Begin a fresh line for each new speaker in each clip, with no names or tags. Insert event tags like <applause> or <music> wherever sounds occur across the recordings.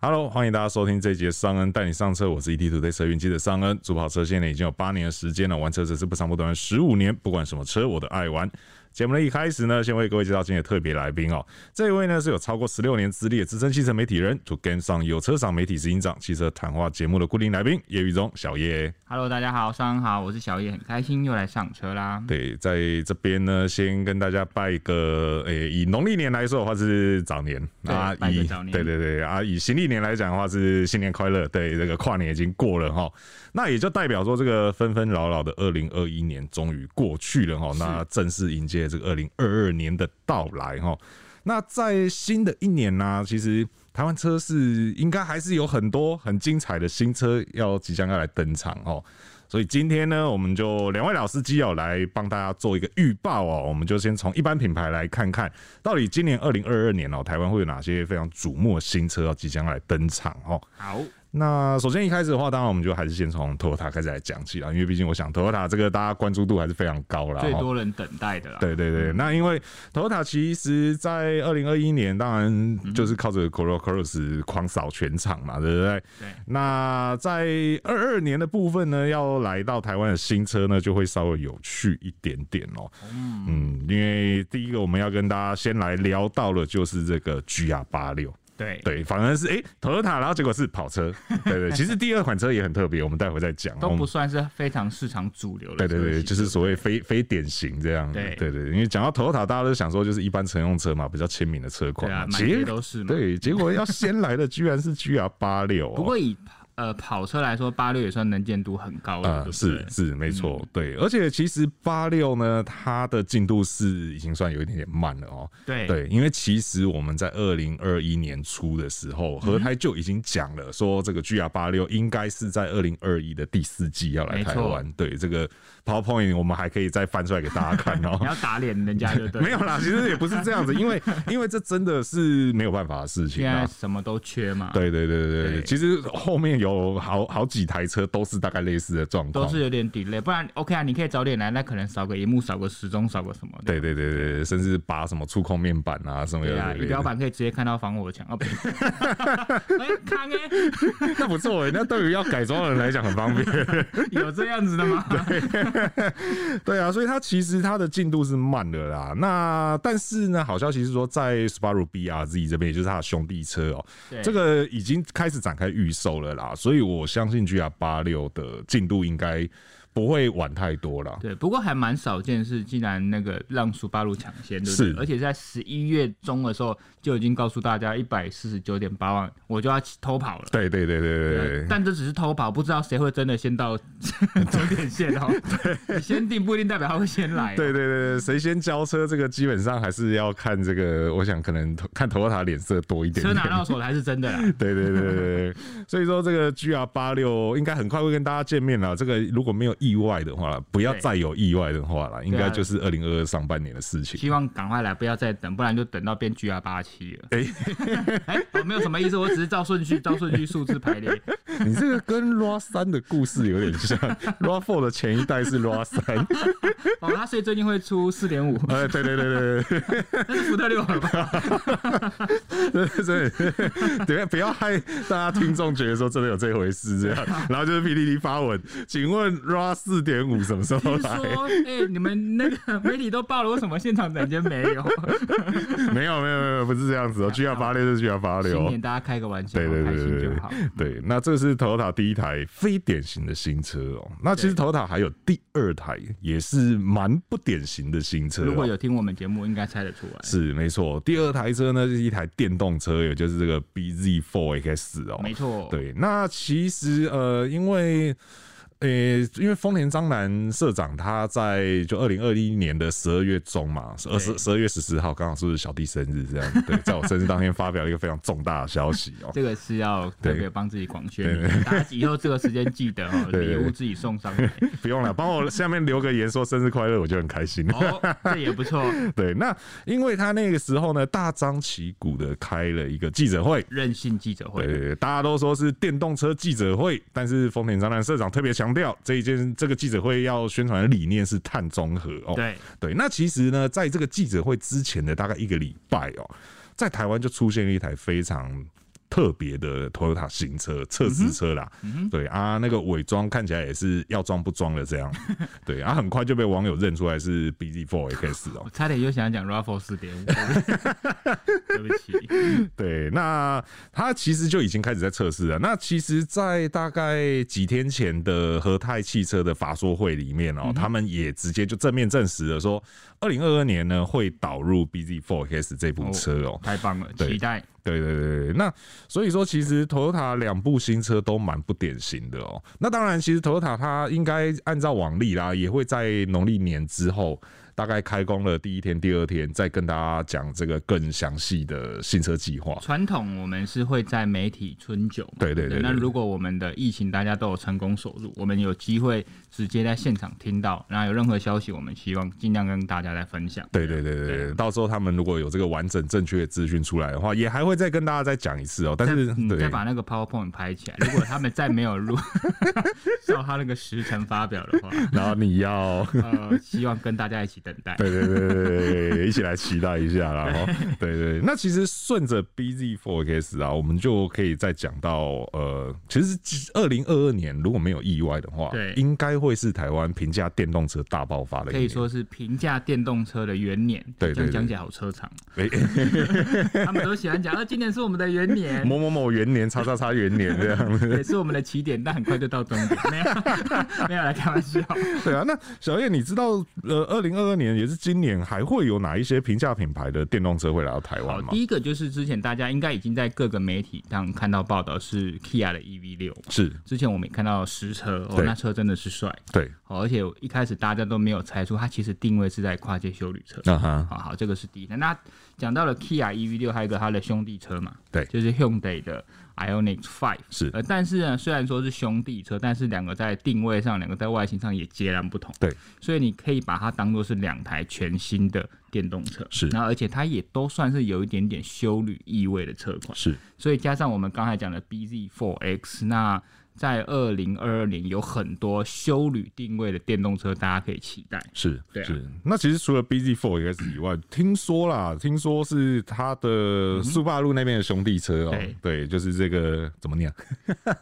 Hello，欢迎大家收听这一节尚恩带你上车，我是 E ETtoday 车运机的尚恩。主跑车现在已经有八年的时间了，玩车只是不长不短的十五年，不管什么车我都爱玩。节目的一开始呢，先为各位介绍今天的特别来宾哦，这一位呢是有超过十六年资历的资深汽车媒体人，主跟上有车赏媒体执行长、汽车谈话节目的固定来宾叶玉忠小叶。
Hello，大家好，上午好，我是小叶，很开心又来上车啦。
对，在这边呢，先跟大家拜个，诶、以农历年来说的话是早年，
对
啊，
拜个
以
早年
对对对啊，以新历年来讲的话是新年快乐，对，这个跨年已经过了哈，那也就代表说这个纷纷扰扰的二零二一年终于过去了哈，那正式迎接这个二零二二年的到来哈。那在新的一年呢、其实台湾车市应该还是有很多很精彩的新车要即将要来登场哦。所以今天呢，我们就两位老司机要来帮大家做一个预报哦。我们就先从一般品牌来看看，到底今年二零二二年哦，台湾会有哪些非常瞩目的新车要即将来登场哦。
好，
那首先一开始的话，当然我们就还是先从 Toyota 开始来讲起啦，因为毕竟我想 Toyota 这个大家关注度还是非常高啦。
最
哦
多人嗯等待的啦。
对对对，那因为 Toyota 其实，在二零二一年，当然就是靠着 Corolla Cross 狂扫全场嘛，对不对？
嗯对
那在二二年的部分呢，要来到台湾的新车呢，就会稍微有趣一点点哦。嗯，因为第一个我们要跟大家先来聊到的就是这个 GR 八六。
对
对，反而是哎、t o y o t a 然后结果是跑车， <laughs> 对
<laughs>
对，其实第二款车也很特别，我们待会再讲。
都
我们
不算是非常市场主流
对
的车型。
对对，就是所谓非非典型这样。
对
对对，因为讲到 Toyota，大家都想说就是一般乘用车嘛，比较亲民的车款
对
嘛
啊，。满
结
街都是嘛。，
对，结果要先来的 <laughs> 居然是 GR 八六。
不过以呃跑车来说，八六也算能见度很高了，
呃
对，不
是
对？嗯
是没错，对，而且其实八六呢，它的进度是已经算有一点点慢了哦。
对
对，因为其实我们在二零二一年初的时
嗯
候，和台就已经讲了，说这个 GR 八六应该是在二零二一的第四季要来
没错
台湾。对，这个 PowerPoint 我们还可以再翻出来给大家看哦。<laughs>
<laughs> 你要打脸人家就对。
没有，啦，其实也不是这样子，因
<laughs>
为因为这真的是没有办法的事情
现在
啊。
什么都缺嘛，
对对对对对，
对
其实后面有好好几台车都是大概类似的状况，
都是有点 delay。不然 OK 啊，你可以早点来，那可能少个荧幕，少个时钟，少个什么的。
对对对对对，甚至拔什么触控面板啊什么有
对
的
啊，
没
仪
的
表板可以直接看到防火墙哦，不是 <laughs> 哎，看哎，
那不错欸，那对于要改装的人来讲很方便。
有这样子的
<laughs>
吗？
对啊，所以它其实它的进度是慢的啦。那但是呢，好消息是说，在 Subaru BRZ 这边，也就是它的兄弟车哦、
对
这个已经开始展开预售了啦。所以我相信 GR 八六的进度应该不会晚太多啦。
对，不过还蛮少见的是，竟然那个让苏巴路抢先，对不对？
是
而且在十一月中的时候就已经告诉大家一百四十九点八万，我就要偷跑了。
对对对对对对。
但这只是偷跑，不知道谁会真的先到
<laughs>
终点线哦。你先定不一定代表他会先来、哦
对对对对，谁先交车，这个基本上还是要看这个，我想可能看头塔脸色多一点
车
点。
拿到手的还是真的啦。
对对对对对对，所以说这个 GR 八六应该很快会跟大家见面了。这个如果没有意外的话，不要
对
再有意外的话了，应该
对啊
就是二零二二上半年的事情。
<laughs> 希望赶快来，不要再等，不然就等到变 GR 八七了。
哎
哎、我没有什么意思，我只是照顺序，照顺序数字排列。
你这个跟 RA 三的故事有点像，RA four 的前一代是 RA 三，
哦，他所以最近会出四点五，
呃，对对对对对
那是福特六了吧？
对，真的，等一下不要害大家听众觉得说真的有这回事这
<laughs>
样，然后就是 PDD 发文，请问 RA 四点五什么时候
听
来？
说，哎、你们那
<laughs>
个媒体都报了，为什么现场人间没有？
没有没有没有，不是这样子哦，GR 八六是 GR 八六，哦
新年大家开个玩笑，
哎对对对
开心
对
就
对
好。
对，那这是 Toyota 第一台非典型的新车哦。那其实 Toyota 还有第二台，也是蛮不典型的新车、哦。
如果有听我们节目，应该猜得出来。
是没错，第二台车呢是一台电动车，也就是这个 BZ4X 哦。
没错，
对，那其实呃，因为。呃、因为丰田章男社长他在就二零二一年的十二月中嘛，十二呃十
对
十二月十四号刚好是小弟生日这样，对，在我生日当天发表一个非常重大的消息哦、
这个是要特
对
别帮自己广宣一下，大家以后这个时间记得哦，
<laughs> 对对
礼
对
物自己送上来。
不用了，帮我下面留个言说生日快乐，我就很开心。
哦，这也不错，
对，那因为他那个时候呢，大张旗鼓的开了一个记者会。
任性记者
对
会。
对对，大家都说是电动车记者会，但是丰田章男社长特别强调，这一件这个记者会要宣传的理念是碳中和哦。
对，
对，那其实呢，在这个记者会之前的大概一个礼拜哦，在台湾就出现了一台非常。特别的 Toyota 新车测试车啦。对啊，那个伪装看起来也是要装不装的这样。对啊，很快就被网友认出来是 BZ4 X 哦、
<laughs> 我差点又想讲 Raffle 四点五，对不
<laughs>
起，
对，那他其实就已经开始在测试了。那其实，在大概几天前的和泰汽车的法说会里面哦、他们也直接就正面证实了说，二零二二年呢会导入 BZ4X 这部车哦、
太棒了，
对
期待。
对对对对，那所以说，其实 Toyota 两部新车都蛮不典型的哦。那当然，其实 Toyota 它应该按照往例啦，也会在农历年之后，大概开工了第一天、第二天，再跟大家讲这个更详细的新车计划。
传统我们是会在媒体春酒嘛，
对对对对
那如果我们的疫情大家都有成功守住，我们有机会直接在现场听到，然后有任何消息，我们希望尽量跟大家来分享。
对对对对对，到时候他们如果有这个完整正确的资讯出来的话，也还会再跟大家再讲一次哦。但
再
是
嗯
对
再把那个 PowerPoint 拍起来。如果他们再没有录 <laughs> 照他那个时辰发表
<laughs>
的话，
然后你要。
呃，希望跟大家一起等待。
对对对对对，一起来期待一下啦。哦，对对对，那其实顺着 BZ4X 啊，我们就可以再讲到呃，其实二零二二年如果没有意外的话，
对
应该会是台湾平价电动车大爆发的一
可
年。
以说是平价电动车的元年，
对对
这样
对
讲起来好车长，
哎，
他们都喜欢讲，啊，今年是我们的元
哎 <laughs>
年，
某某某元年，叉叉叉元年这样子。
也是我们的起点，但很快就到终点，没有 <laughs> 没有来开玩笑，
对啊，那小叶，你知道呃，二零二二年也是今年还会有哪一些平价品牌的电动车会来到台
好，
湾吗？
第一个就是之前大家应该已经在各个媒体上看到报道是 Kia 的 EV 六，
是
之前我们也看到实车，哦，
对
那车真的是帅，
对，
哦，而且一开始大家都没有猜出它其实定位是在跨界修旅车。
啊哈，
好好，这个是第一个。那讲到了 Kia EV 六，还有一个它的兄弟车嘛，
对
就是 Hyundai 的 Ioniq Five。
是
呃，但是呢，虽然说是兄弟车，但是两个在定位上，两个在外形上也截然不同。
对，
所以你可以把它当做是两台全新的电动车。
是
然后而且它也都算是有一点点修旅意味的车款。
是
所以加上我们刚才讲的 BZ4X，那在二零二二年有很多修旅定位的电动车，大家可以期待。
是，
对啊
是。那其实除了 BZ4X 以外，听说啦，听说是他的苏巴路那边的兄弟车哦、
嗯
对，
对
就是这个怎么念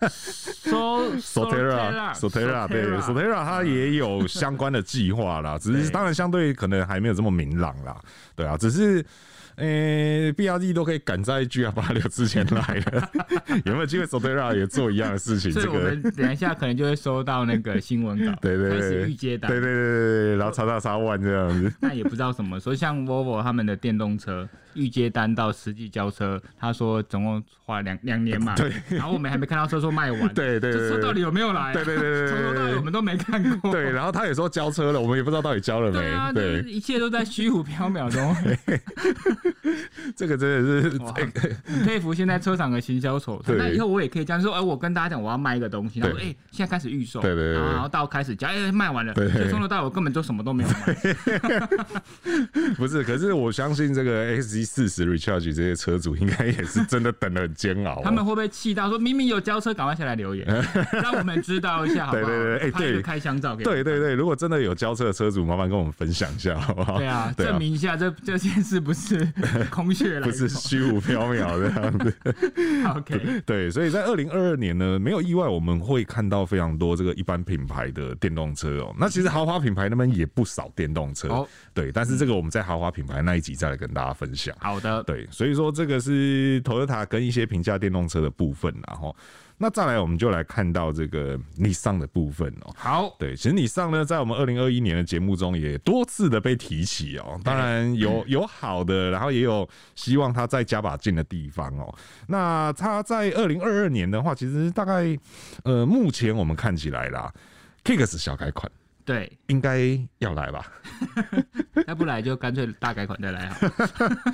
So
Sotera，Sotera，对 Sotera，它也有相关的计划
<laughs>
啦，只是
嗯对
当然相对可能还没有这么明朗啦，对啊，只是。诶、b r d 都可以赶在 GR 八六之前来了， <laughs> 有没有机会 Sotera 也做一样的事情？
<laughs> 所以
这
我
个
们等一下可能就会收到那个新闻稿，
对对
开
对
始预接
对对
单，
对对对，然后叉叉叉万这样
<laughs>
子，
但也不知道什么时候。像 Volvo 他们的电动车预接单到实际交车，他说总共花了两两年嘛，
对，
然后我们还没看到车说卖完，
对对对
这车到底有没有来？啊
对对对对对对
从头到尾我们都没看
<laughs>
过，
对，然后他也说交车了，我们也不知道到底交了
对啊，
没。
就是
对，
一切都在虚无缥
<laughs>
缈中。
这个真的是
哇，很佩服现在车厂的行销手
对
段。那以后我也可以这样说，哎，我跟大家讲我要卖一个东西，然后
对
哎、现在开始预售，
对对对对
然后然后到开始讲，哎、卖完了，
对
最终的到我根本就什么都没
<laughs>
有卖，
不是？可是我相信这个 XZ 四十 Recharge 这些车主应该也是真的等得很煎熬哦。
他们会不会气到说明明有交车，赶快下来
<laughs>
留言，让我们知道一下好不好？
对对对哎
拍一
对
个开箱照给我。
对对对，如果真的有交车的车主，麻烦跟我们分享一下，好不好？
对啊，
对
证
啊，
明一下这这件事不是空穴来
不是
风。
虚无缥缈这样子。
OK，
对，所以在二零二二年呢，没有意外，我们会看到非常多这个一般品牌的电动车哦。那其实豪华品牌那边也不少电动车，
哦
对，但是这个我们在豪华品牌那一集再来跟大家分享。
好的，
对，所以说这个是 Toyota 跟一些平价电动车的部分啦，然后那再来我们就来看到这个你上的部分哦、
好，
对，其实你上呢，在我们二零二一年的节目中也多次的被提起哦、当然
嗯
有有好的，然后也有希望它再加把劲的地方哦、那它在二零二二年的话，其实大概呃，目前我们看起来啦，Kicks 小改款
对，
应该要来吧。 <laughs>
要不来就干脆大改款再来好了。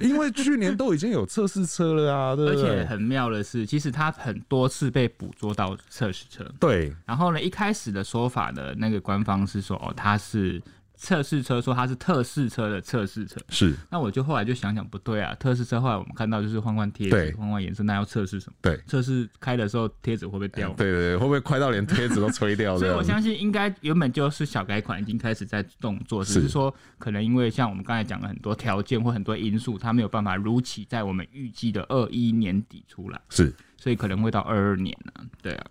因为去年都已经有测试车了啊，对
而
不
且
对？
很妙的是，其实它很多次被捕捉到测试车，
对，
然后呢，一开始的说法的那个官方是说，哦，它是测试车说它是特试车的测试车，
是
那我就后来就想想不对啊，特试车后来我们看到就是换换贴
对
纸、换换颜色，那要测试什么？
对
测试开的时候贴纸会不会掉啊
嗯对？对对，会不会快到连贴纸都吹掉
<laughs> 所以
这
我
样子？
相信应该原本就是小改款已经开始在动作，只
是
是说可能因为像我们刚才讲的很多条件或很多因素，它没有办法如期在我们预计的二一年底出来，
是，嗯
所以可能会到二二年啊。对啊，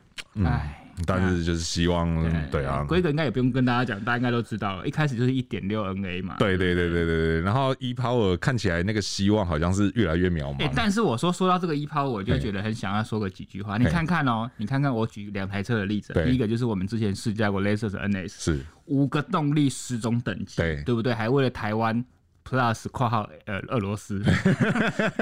唉。
但
啊
是就是希望对啊，
规格应该也不用跟大家讲，大家应该都知道了。一开始就是一点六 NA 嘛。
对啊对对对对对。然后 e power 看起来那个希望好像是越来越渺
哎、
茫，
但是我说说到这个一抛，我就觉得很想要说个几句话。你看看哦、你看看我举两台车的例子，啊
对
第一个就是我们之前试驾过 Lexus NS，
是
五个动力十种等级，
对
对不对？还为了台湾 Plus（ 括号呃俄罗斯）
<laughs>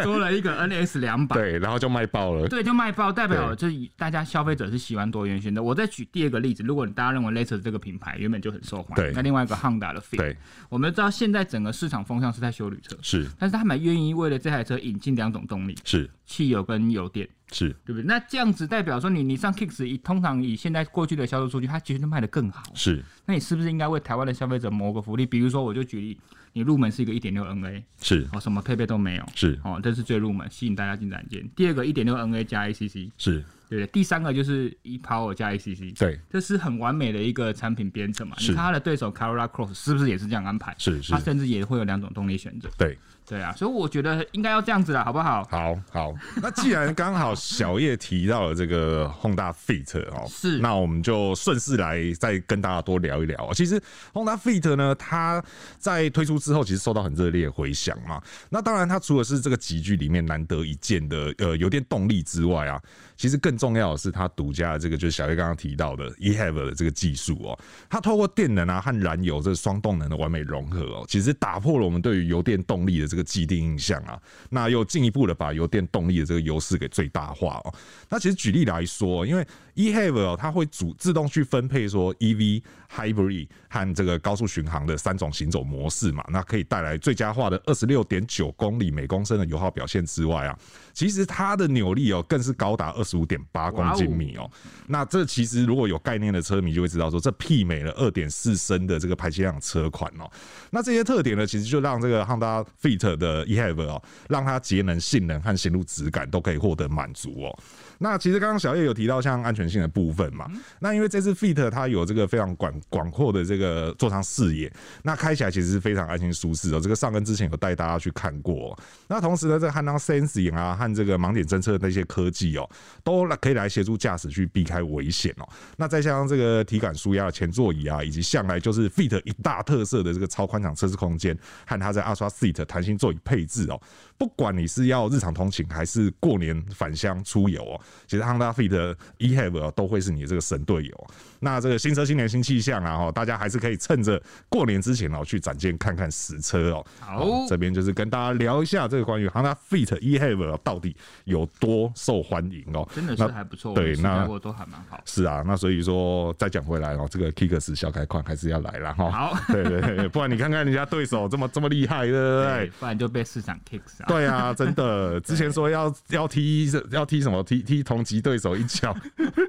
多了一个 NS 两百。
对，然后就卖爆了，
对，就卖爆，代表
对
就是大家消费者是喜欢多元选择。我再举第二个例子，如果你大家认为 Lexus 这个品牌原本就很受欢
对
迎，那另外一个 Honda 的 Fit，
对
我们知道现在整个市场风向是在修旅车，
是
但是他们愿意为了这台车引进两种动力，
是
汽油跟油电，
是
对不对？那这样子代表说你，你上 Kicks 以通常以现在过去的销售数据，它其实卖得更好。
是
那你是不是应该为台湾的消费者谋个福利？比如说，我就举例，你入门是一个一点六 NA，
是
哦，什么配备都没有，
是
哦，这是最入门，吸引大家进展键。第二个一点六 NA 加 ACC，
是，
对不对？第三个就是 e Power 加 ACC，
对
这是很完美的一个产品编程嘛。你
是
看它的对手 Corolla Cross 是不是也是这样安排？
是是
它，甚至也会有两种动力选择。
对。
啊对啊，所以我觉得应该要这样子啦，好不好？
好好，那既然刚好小叶提到了这个 Honda Fit 哦，
是
那我们就顺势来再跟大家多聊一聊哦。其实 Honda Fit 呢，它在推出之后，其实受到很热烈的回响嘛。那当然，它除了是这个集具里面难得一见的呃有点动力之外啊，其实更重要的是它独家的这个就是小叶刚刚提到的 eHave 的这个技术哦，它透过电能啊和燃油这双动能的完美融合哦，其实打破了我们对于油电动力的这个既定印象啊，那又进一步的把油电动力的这个优势给最大化哦。那其实举例来说，因为 eHave 哦，它会主自动去分配说 EV、Hybrid 和这个高速巡航的三种行走模式嘛，那可以带来最佳化的二十六点九公里每公升的油耗表现之外啊，其实它的扭力哦更是高达二十五点八公斤米哦。那这其实如果有概念的车迷就会知道说，这媲美了二点四升的这个排气量车款哦。那这些特点呢，其实就让这个 Honda Fit 的 eHave 哦，让它节能、性能和行路质感都可以获得满足哦。那其实刚刚小叶有提到像安全性的部分嘛，那因为这次 Fit E 它有这个非常广广阔的这个座舱视野，那开起来其实是非常安心舒适哦。这个上根之前有带大家去看过哦、那同时呢，这个 Honda Sensing 啊和这个盲点侦测的那些科技哦，都来可以来协助驾驶去避开危险哦。那再加上这个体感舒压的前座椅啊，以及向来就是 Fit 一大特色的这个超宽敞车室空间，和它在 Ultra Seat 弹性座椅配置哦，不管你是要日常通勤还是过年返乡出游哦，其实 Honda Fit eHave 哦都会是你这个神队友哦。那这个新车新年新气象啊哈，大家还是可以趁着过年之前哦去展现看看实车哦。
好
哦这边就是跟大家聊一下这个关于 Honda Fit eHave 哦到底有多受欢迎哦。
真的是
那
还不错，
对
我们试
那
驾过都还蛮好。
是啊，那所以说再讲回来哦，这个 Kicks 小改款还是要来了哈。
好，
对对对，不然你看看人家对手这么这么厉害，对不对？
不然就被市场 kicks 啊。
<laughs> 对啊，真的，之前说要要踢要踢什么踢踢同级对手一脚，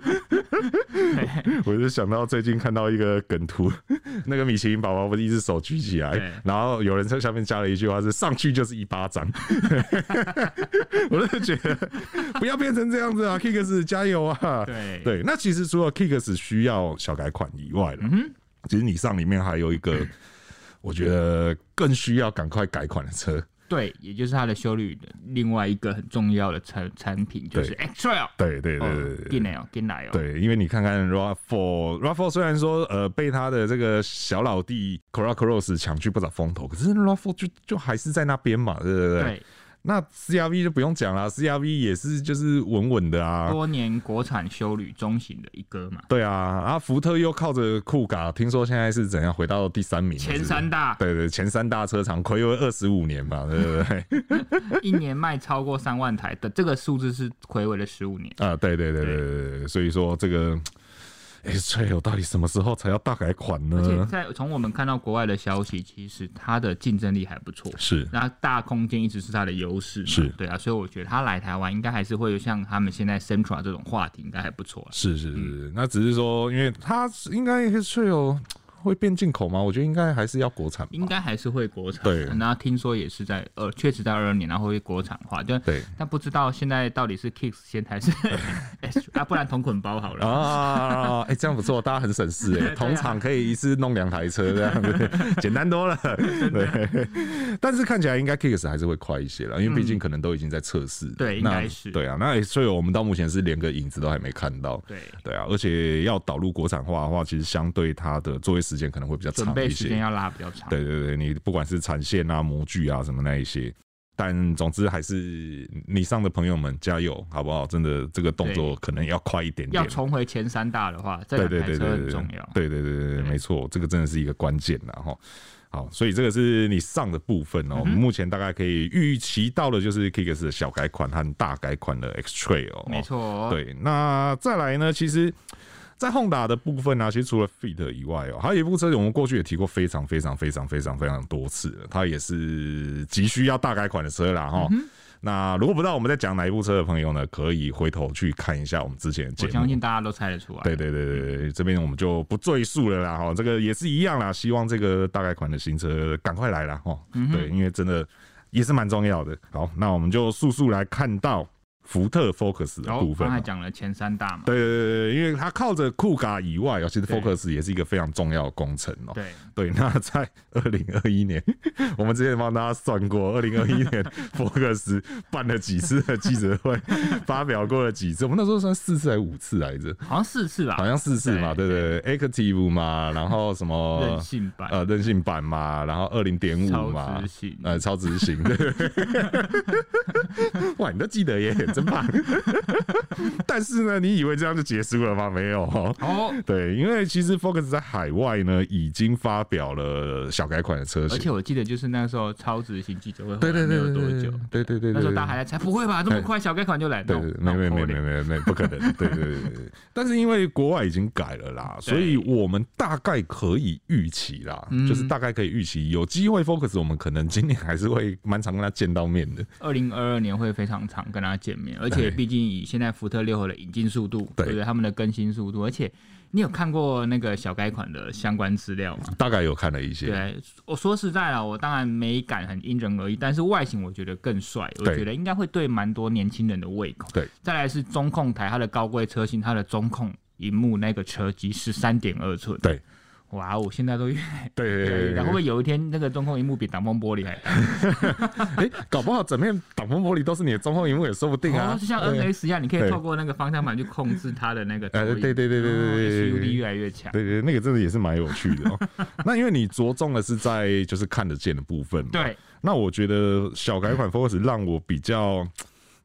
<laughs> 我就想到最近看到一个梗图，那个米其林宝宝不是一只手举起
对
来，然后有人在下面加了一句话是上去就是一巴掌， <laughs> 我就觉得不要变成这样子啊，Kicks 加油啊！
对
对，嗯那其实除了 Kicks 需要小改款以外了，其实你上里面还有一个。我觉得更需要赶快改款的车，
对，也就是它的修率的另外一个很重要的产产品就是 X Trail。
对对对对对
进来哦，进来哦。
对，因为你看看 Raffle Raffle 虽然说呃被他的这个小老弟 c o r a Cross 抢去不少风头，可是 Raffle 就就还是在那边嘛，对不对？
对，
那 CRV 就不用讲啦 c r v 也是就是稳稳的啊。
多年国产修旅中型的一哥嘛，
对啊，啊，福特又靠着酷嘎，听说现在是怎样回到第三名了，是
前
不是
三大，
对对，前三大车厂，暌违二十五年嘛，对不对？
<laughs> 一年卖超过三万台的这个数字是暌违了十五年。
啊，对对对对对对对，所以说这个 X Trail 到底什么时候才要大改款
而且
呢？
在从我们看到国外的消息，其实它的竞争力还不错，
是
那大空间一直是它的优势嘛，
是
对啊，所以我觉得它来台湾应该还是会有像他们现在 Centra 这种话题，应该还不错啦。啊
是是是，那只是说，因为他应该是有，会变进口吗？我觉得应该还是要国产吧。
应该还是会国产。
对
那听说也是在呃，确实在二二年，然后会国产化。就
对
但不知道现在到底是 Kicks 先还是 S 啊，不然同捆包好了。
啊， <laughs> 哎、这样不错，大家很省事
啊
哎、同场可以一次弄两台车这样
<laughs>
子，简单多了。对，但是看起来应该 Kicks 还是会快一些了，因为毕竟可能都已经在测试了、
嗯对应
那
该是
对啊，那、欸所以我们到目前是连个影子都还没看到。
对，
对啊，而且要导入国产化的话，其实相对它的作业时间可能会比较长
准备
一
时间
些。
要拉比较长。
对对对，你不管是产线啊、模具啊什么那一些，但总之还是你上的朋友们加油，好不好？真的这个动作
对
可能要快一点点
要。重回前三大的话，这
对
两
对对
台车
对
很
对，
重要。
对对对对对，
对
没错，这个真的是一个关键啦哈。好，所以这个是你上的部分哦。我
嗯
们目前大概可以预期到的就是 Kicks 的小改款和大改款的 X Trail 哦。
没错。
对，那再来呢？其实，在 Honda 的部分呢、其实除了 Fit 以外哦，还有一部车我们过去也提过非常非常非常非常非常多次了，它也是急需要大改款的车啦
嗯
哈。那如果不知道我们在讲哪一部车的朋友呢，可以回头去看一下我们之前的节
我
目。
相信大家都猜得出来。
对对对对对，这边我们就不赘述了啦哈，这个也是一样啦，希望这个大概款的新车赶快来啦哈，
嗯
对，因为真的也是蛮重要的。好，那我们就速速来看到福特 Focus 的
然
部
后
分
哦刚
啊。
才讲了前三大嘛。
对对对对，呃因为它靠着酷咖以外哦，其实
对
Focus 也是一个非常重要的工程哦。
对，
对，那在 <laughs> 二零二一年， <laughs> 我们之前帮大家算过，二零二一
<laughs>
年福克斯办了几次的记者会，发表过了几次，我们那时候算四次还是五次来着？
好像四次吧。
好像四次嘛，对
啊对
对对，Active 嘛，然后什
任
么
性版、
呃韧性版嘛，然后二零点五
超
嘛
直，性。
呃超直
<laughs>
型，对哇，你都记得耶，真
<laughs>
棒！但是呢，你以为这样就结束了吗？没有哦。
哦，
对，因为其实 Focus 在海外呢已经发表了小改款的车
而
型
且，我记得就是那时候超执行记者会，
对对
没
对对
有多久，
对对对对，
那时候
对
大家还在猜，不会吧，这么快小改款就来？
对
那我
对，没没没没，没没，不可能。对对对对，但是因为国外已经改了啦，所以我们大概可以预期啦，就是大概可以预期有机会 Focus，我们可能今年还是会蛮常跟他见到面的。
二零二二年会非常常跟大家见面，而
对
且毕竟以现在福特六合的引进速度，
对
对不对？他们的更新速度，而且你有看过那个小改款的相关资料吗？
大概有看了一些，
对，我说实在了，我当然美感很因人而异，但是外形我觉得更帅，我
对
觉得应该会对蛮多年轻人的胃口。
对，
再来是中控台，它的高贵车型，它的中控荧幕那个车机十三点二寸。
对，
哇哦，现在都越来
对对
越
对对，
然后会不会有一天那个中控荧幕比挡风玻璃还大？
哎，搞不好整面挡风玻璃都是你的中后荧幕也说不定啊
哦，就，像
对
NS 一样，你可
对
以透过那个方向盘去控制它的那个
哎
座椅。
对对对对对对对对
s u v 越来越强。
对对，那个真的也是蛮有趣的哦。那因为你着重的是在就是看得见的部分嘛，
对，
那我觉得小改款 Focus 让我比较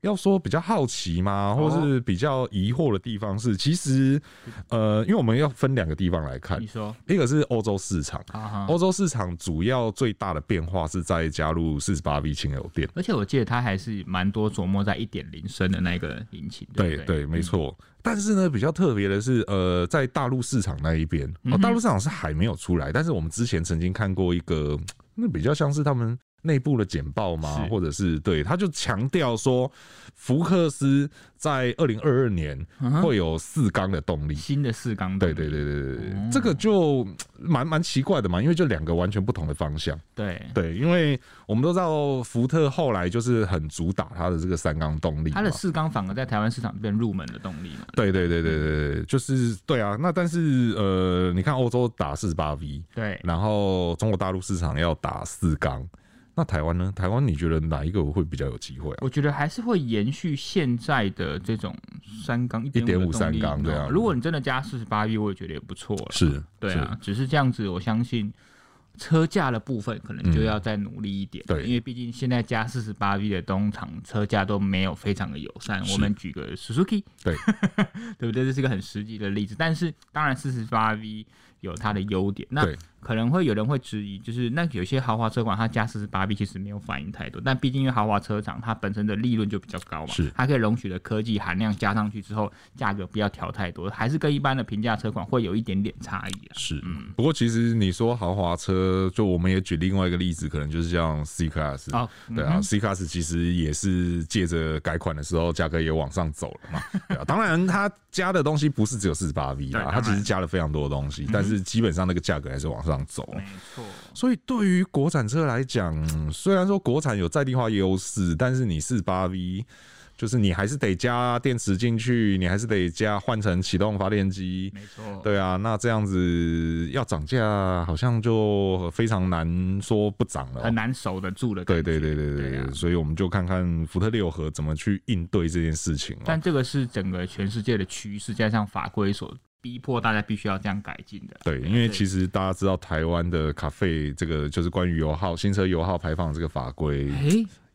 要说比较好奇嘛，或是比较疑惑的地方是，其实呃，因为我们要分两个地方来看
你，说
一个是欧洲市场，
啊哈。
欧洲市场主要最大的变化是在加入四十八 V 轻油电。
而且我记得它还是蛮多琢磨在一点零升的那个引擎，对嗯
对
不
对，没错。但是呢，比较特别的是，呃，在大陆市场那一边，
嗯
哦，大陆市场是还没有出来，但是我们之前曾经看过一个，嗯那比较像是他们内部的简报嘛，
是
或者是对，他就强调说，福克斯在二零二二年
嗯
会有四缸的动力。
新的四缸
对
动
对
力
对对对对，这个就嗯蛮蛮奇怪的嘛，因为就两个完全不同的方向。
对，
对，因为我们都知道福特后来就是很主打它的这个三缸动力嘛，
它的四缸反而在台湾市场变入门的动力嘛。
对对对对对对，就是对啊。那但是呃，你看欧洲打四十八 V，
对，
然后中国大陆市场要打四缸，那台湾呢？台湾你觉得哪一个会比较有机会啊？
我觉得还是会延续现在的这种三缸一
1.5
点
三缸对啊
哦如果你真的加四十八 V，我也觉得也不错了。
是，
对啊，只是这样子，我相信车价的部分可能就要再努力一点。
对
因为毕竟现在加四十八 V 的东厂车价都没有非常的友善。
是
我们举个 Suzuki，
对
<laughs> 对不对？这是一个很实际的例子。但是当然，四十八 V 有它的优点。那
对
可能会有人会质疑，就是那有些豪华车款它加四十八 V 其实没有反应太多，但毕竟因为豪华车厂它本身的利润就比较高嘛，
是
它可以容许的科技含量加上去之后，价格不要调太多，还是跟一般的平价车款会有一点点差异啊。
是。不过其实你说豪华车，就我们也举另外一个例子，可能就是像 C Class
哦
对啊、c Class 其实也是借着改款的时候，价格也往上走了嘛。对啊，当然它加的东西不是只有四十八 V
对当
啦，
然
它其实加了非常多的东西，但是是基本上那个价格还是往上走。
没错，
所以对于国产车来讲，嗯虽然说国产有在地化优势，但是你四八 V，就是你还是得加电池进去，你还是得加换成启动发电机。
没错，
对啊，那这样子要涨价，好像就非常难说不涨了哦、
很难守得住的感
对
觉。
对对对对
对啊
对，所以我们就看看福特六合怎么去应对这件事情哦
但这个是整个全世界的趋势，加上法规所逼迫大家必须要这样改进的。
对，因为其
实
实大家知道台湾的咖啡这个就是关于油耗、新车油耗排放这个法规
哎、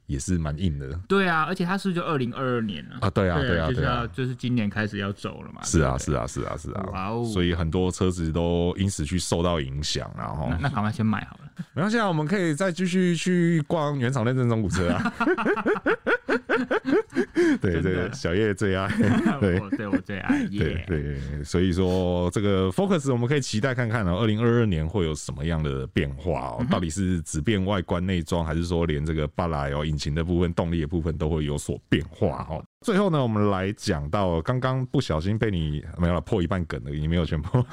也是蛮硬的
对啊，而且它是不是就二零二二年了
啊。对啊，对啊，
就是
对
要
啊，
就是今年开始要走了嘛。
是啊，
对不对
是啊，是啊，是啊。
哇哦，
所以很多车子都因此去受到影响啊，然后
那那赶快先买好了。
没关系啊，我们可以再继续去逛原厂认证中古车啊。 <laughs> 对
真的
对，小叶最爱， <laughs> 对
<laughs> 我对我最
<laughs>
爱
对
耶。
对，对所以说这个 Focus 我们可以期待看看哦，二零二二年会有什么样的变化
嗯
哦？到底是只变外观内装，还是说连这个巴拉哦引擎的部分、动力的部分都会有所变化哦？最后呢，我们来讲到刚刚不小心被你没有了破一半梗的，你没有全
<laughs>
破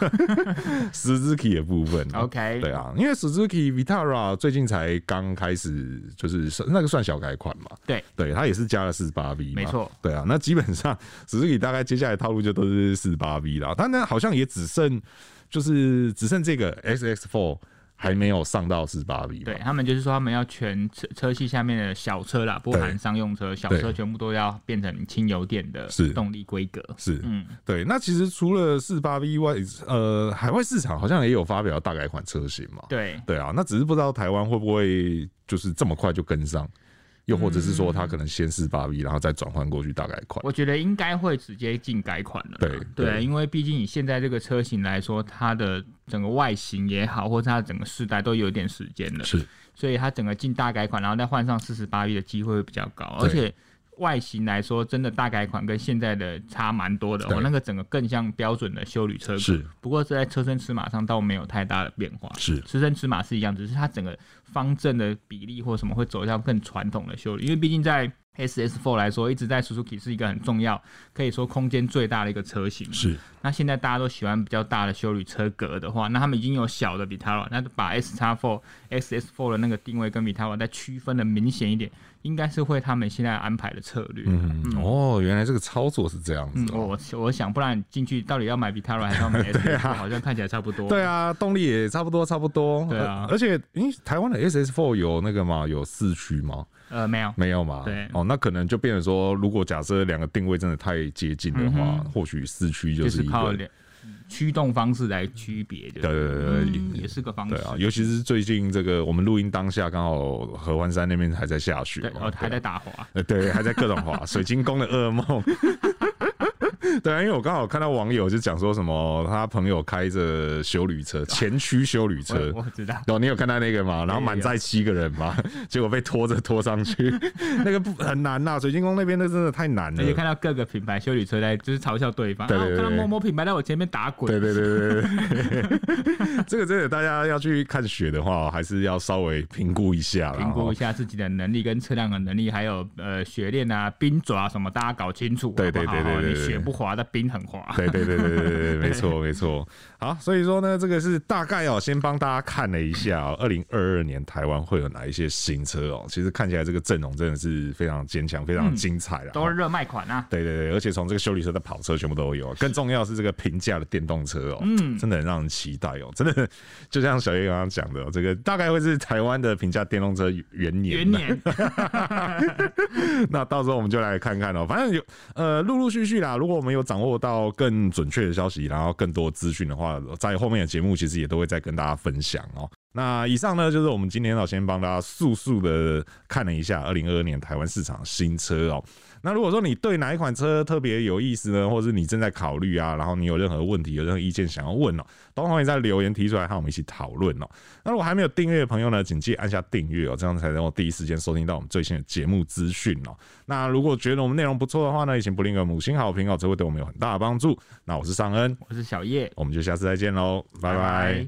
，Suzuki 的部分哦。
OK，
对啊，因为 Suzuki Vitara 最近才刚开始，就是算那个算小改款嘛。
对，
对，它也是加了四十八 V，
没错。
对啊，那基本上 Suzuki 大概接下来套路就都是四十八 V 啦，但呢好像也只剩就是只剩这个 XX4 还没有上到四十八 V 嘛。
对他们就是说，他们要全车车系下面的小车啦，不
对
含商用车，小
对
车全部都要变成轻油电的
是
动力规格。
是，
嗯，
对。那其实除了四十八 V 外，呃，海外市场好像也有发表大改款车型嘛。
对，
对啊，那只是不知道台湾会不会就是这么快就跟上，又或者是说他可能先试八 V，然后再转换过去大概款。
我觉得应该会直接进改款了啦。
对对
对，因为毕竟以现在这个车型来说，它的整个外形也好，或者它的整个世代都有点时间了，
是
所以它整个进大改款，然后再换上四十八 V 的机会会比较高，
对
而且。外形来说，真的大改款跟现在的差蛮多的，
对
哦，那个整个更像标准的修旅车格。
是
不过是在车身尺码上倒没有太大的变化，
是
车身尺码是一样，只是它整个方正的比例或什么会走向更传统的修理，因为毕竟在 SS4 来说，一直在 Suzuki 是一个很重要，可以说空间最大的一个车型。
是
那现在大家都喜欢比较大的修理车格的话，那他们已经有小的 Vitara，那就把 S x 4 SS4 的那个定位跟 Vitara 再区分的明显一点，应该是会他们现在安排的策略。
嗯哦，原来这个操作是这样
嗯
子，哦。
我我想，不然进去到底要买 Vitara 还是
<laughs>
要买 S，、啊、好像看起来差不多。
对，啊，动力也差不多，差不多。
对啊
而而且，因台湾的 SS4 有那个嘛，有四驱吗？
呃，没有，
没有嘛？
对
哦，那可能就变成说，如果假设两个定位真的太接近的话，
嗯哼
或许四驱
就
就是
是
一
靠
个
两驱动方式来区别，就
对对对对
嗯也是个方式。
对啊，尤其是最近这个我们录音当下，刚好合欢山那边还在下雪
对，
嘛，
哦，还
对
在打滑，
呃，对，还在各种
<laughs>
滑水晶宫的噩梦。 <laughs> 对啊，因为我刚好看到网友就讲说什么，他朋友开着修旅车，前驱修旅车
啊我。我知道。
哦，你有看到那个吗？然后
有
满载七个人嘛，结果被拖着拖上去，那个不很难呐、水晶宫那边那真的太难了
而。且看到各个品牌修理车在就是嘲笑对方，
对对对
啊我看
对
到某某品牌在我前面打滚，
对对对对对对，这个真的大家要去看雪的话，还是要稍微评估一下啦。
评
哦
估一下自己的能力跟车辆的能力，还有呃雪链啊、冰爪啊什么，大家搞清楚。
对对
好不
对
好
对对对
你雪不滑，但冰很
<laughs>
滑。
对对对对对对，对，没错没错。好，所以说呢，这个是大概哦，先帮大家看了一下哦，二零二二年台湾会有哪一些新车哦。其实看起来这个阵容真的是非常坚强，非常精彩了、
都是热卖款啊，
对对对，而且从这个修理车到跑车全部都 <laughs> 有，更重要是这个平价的电动车哦，嗯，真的很让人期待哦， <laughs> 真的就像小叶刚刚讲的、哦，这个大概会是台湾的平价电动车元年，
元年
<laughs> 那到时候我们就来看看哦、反正有呃，陆陆续续啦。如果我们有掌握到更准确的消息，然后更多资讯的话，在后面的节目其实也都会再跟大家分享哦、那以上呢，就是我们今天呢先帮大家速速的看了一下二零二二年台湾市场新车哦、那如果说你对哪一款车特别有意思呢，或者是你正在考虑啊，然后你有任何问题、有任何意见想要问哦、都欢迎在留言提出来，和我们一起讨论哦。那如果还没有订阅的朋友呢，请记得按下订阅哦，这样才能够第一时间收听到我们最新的节目资讯哦。那如果觉得我们内容不错的话呢，也请不吝给我们五星好评哦，这会对我们有很大的帮助。那我是尚恩，
我是小叶，
我们就下次再见喽，拜拜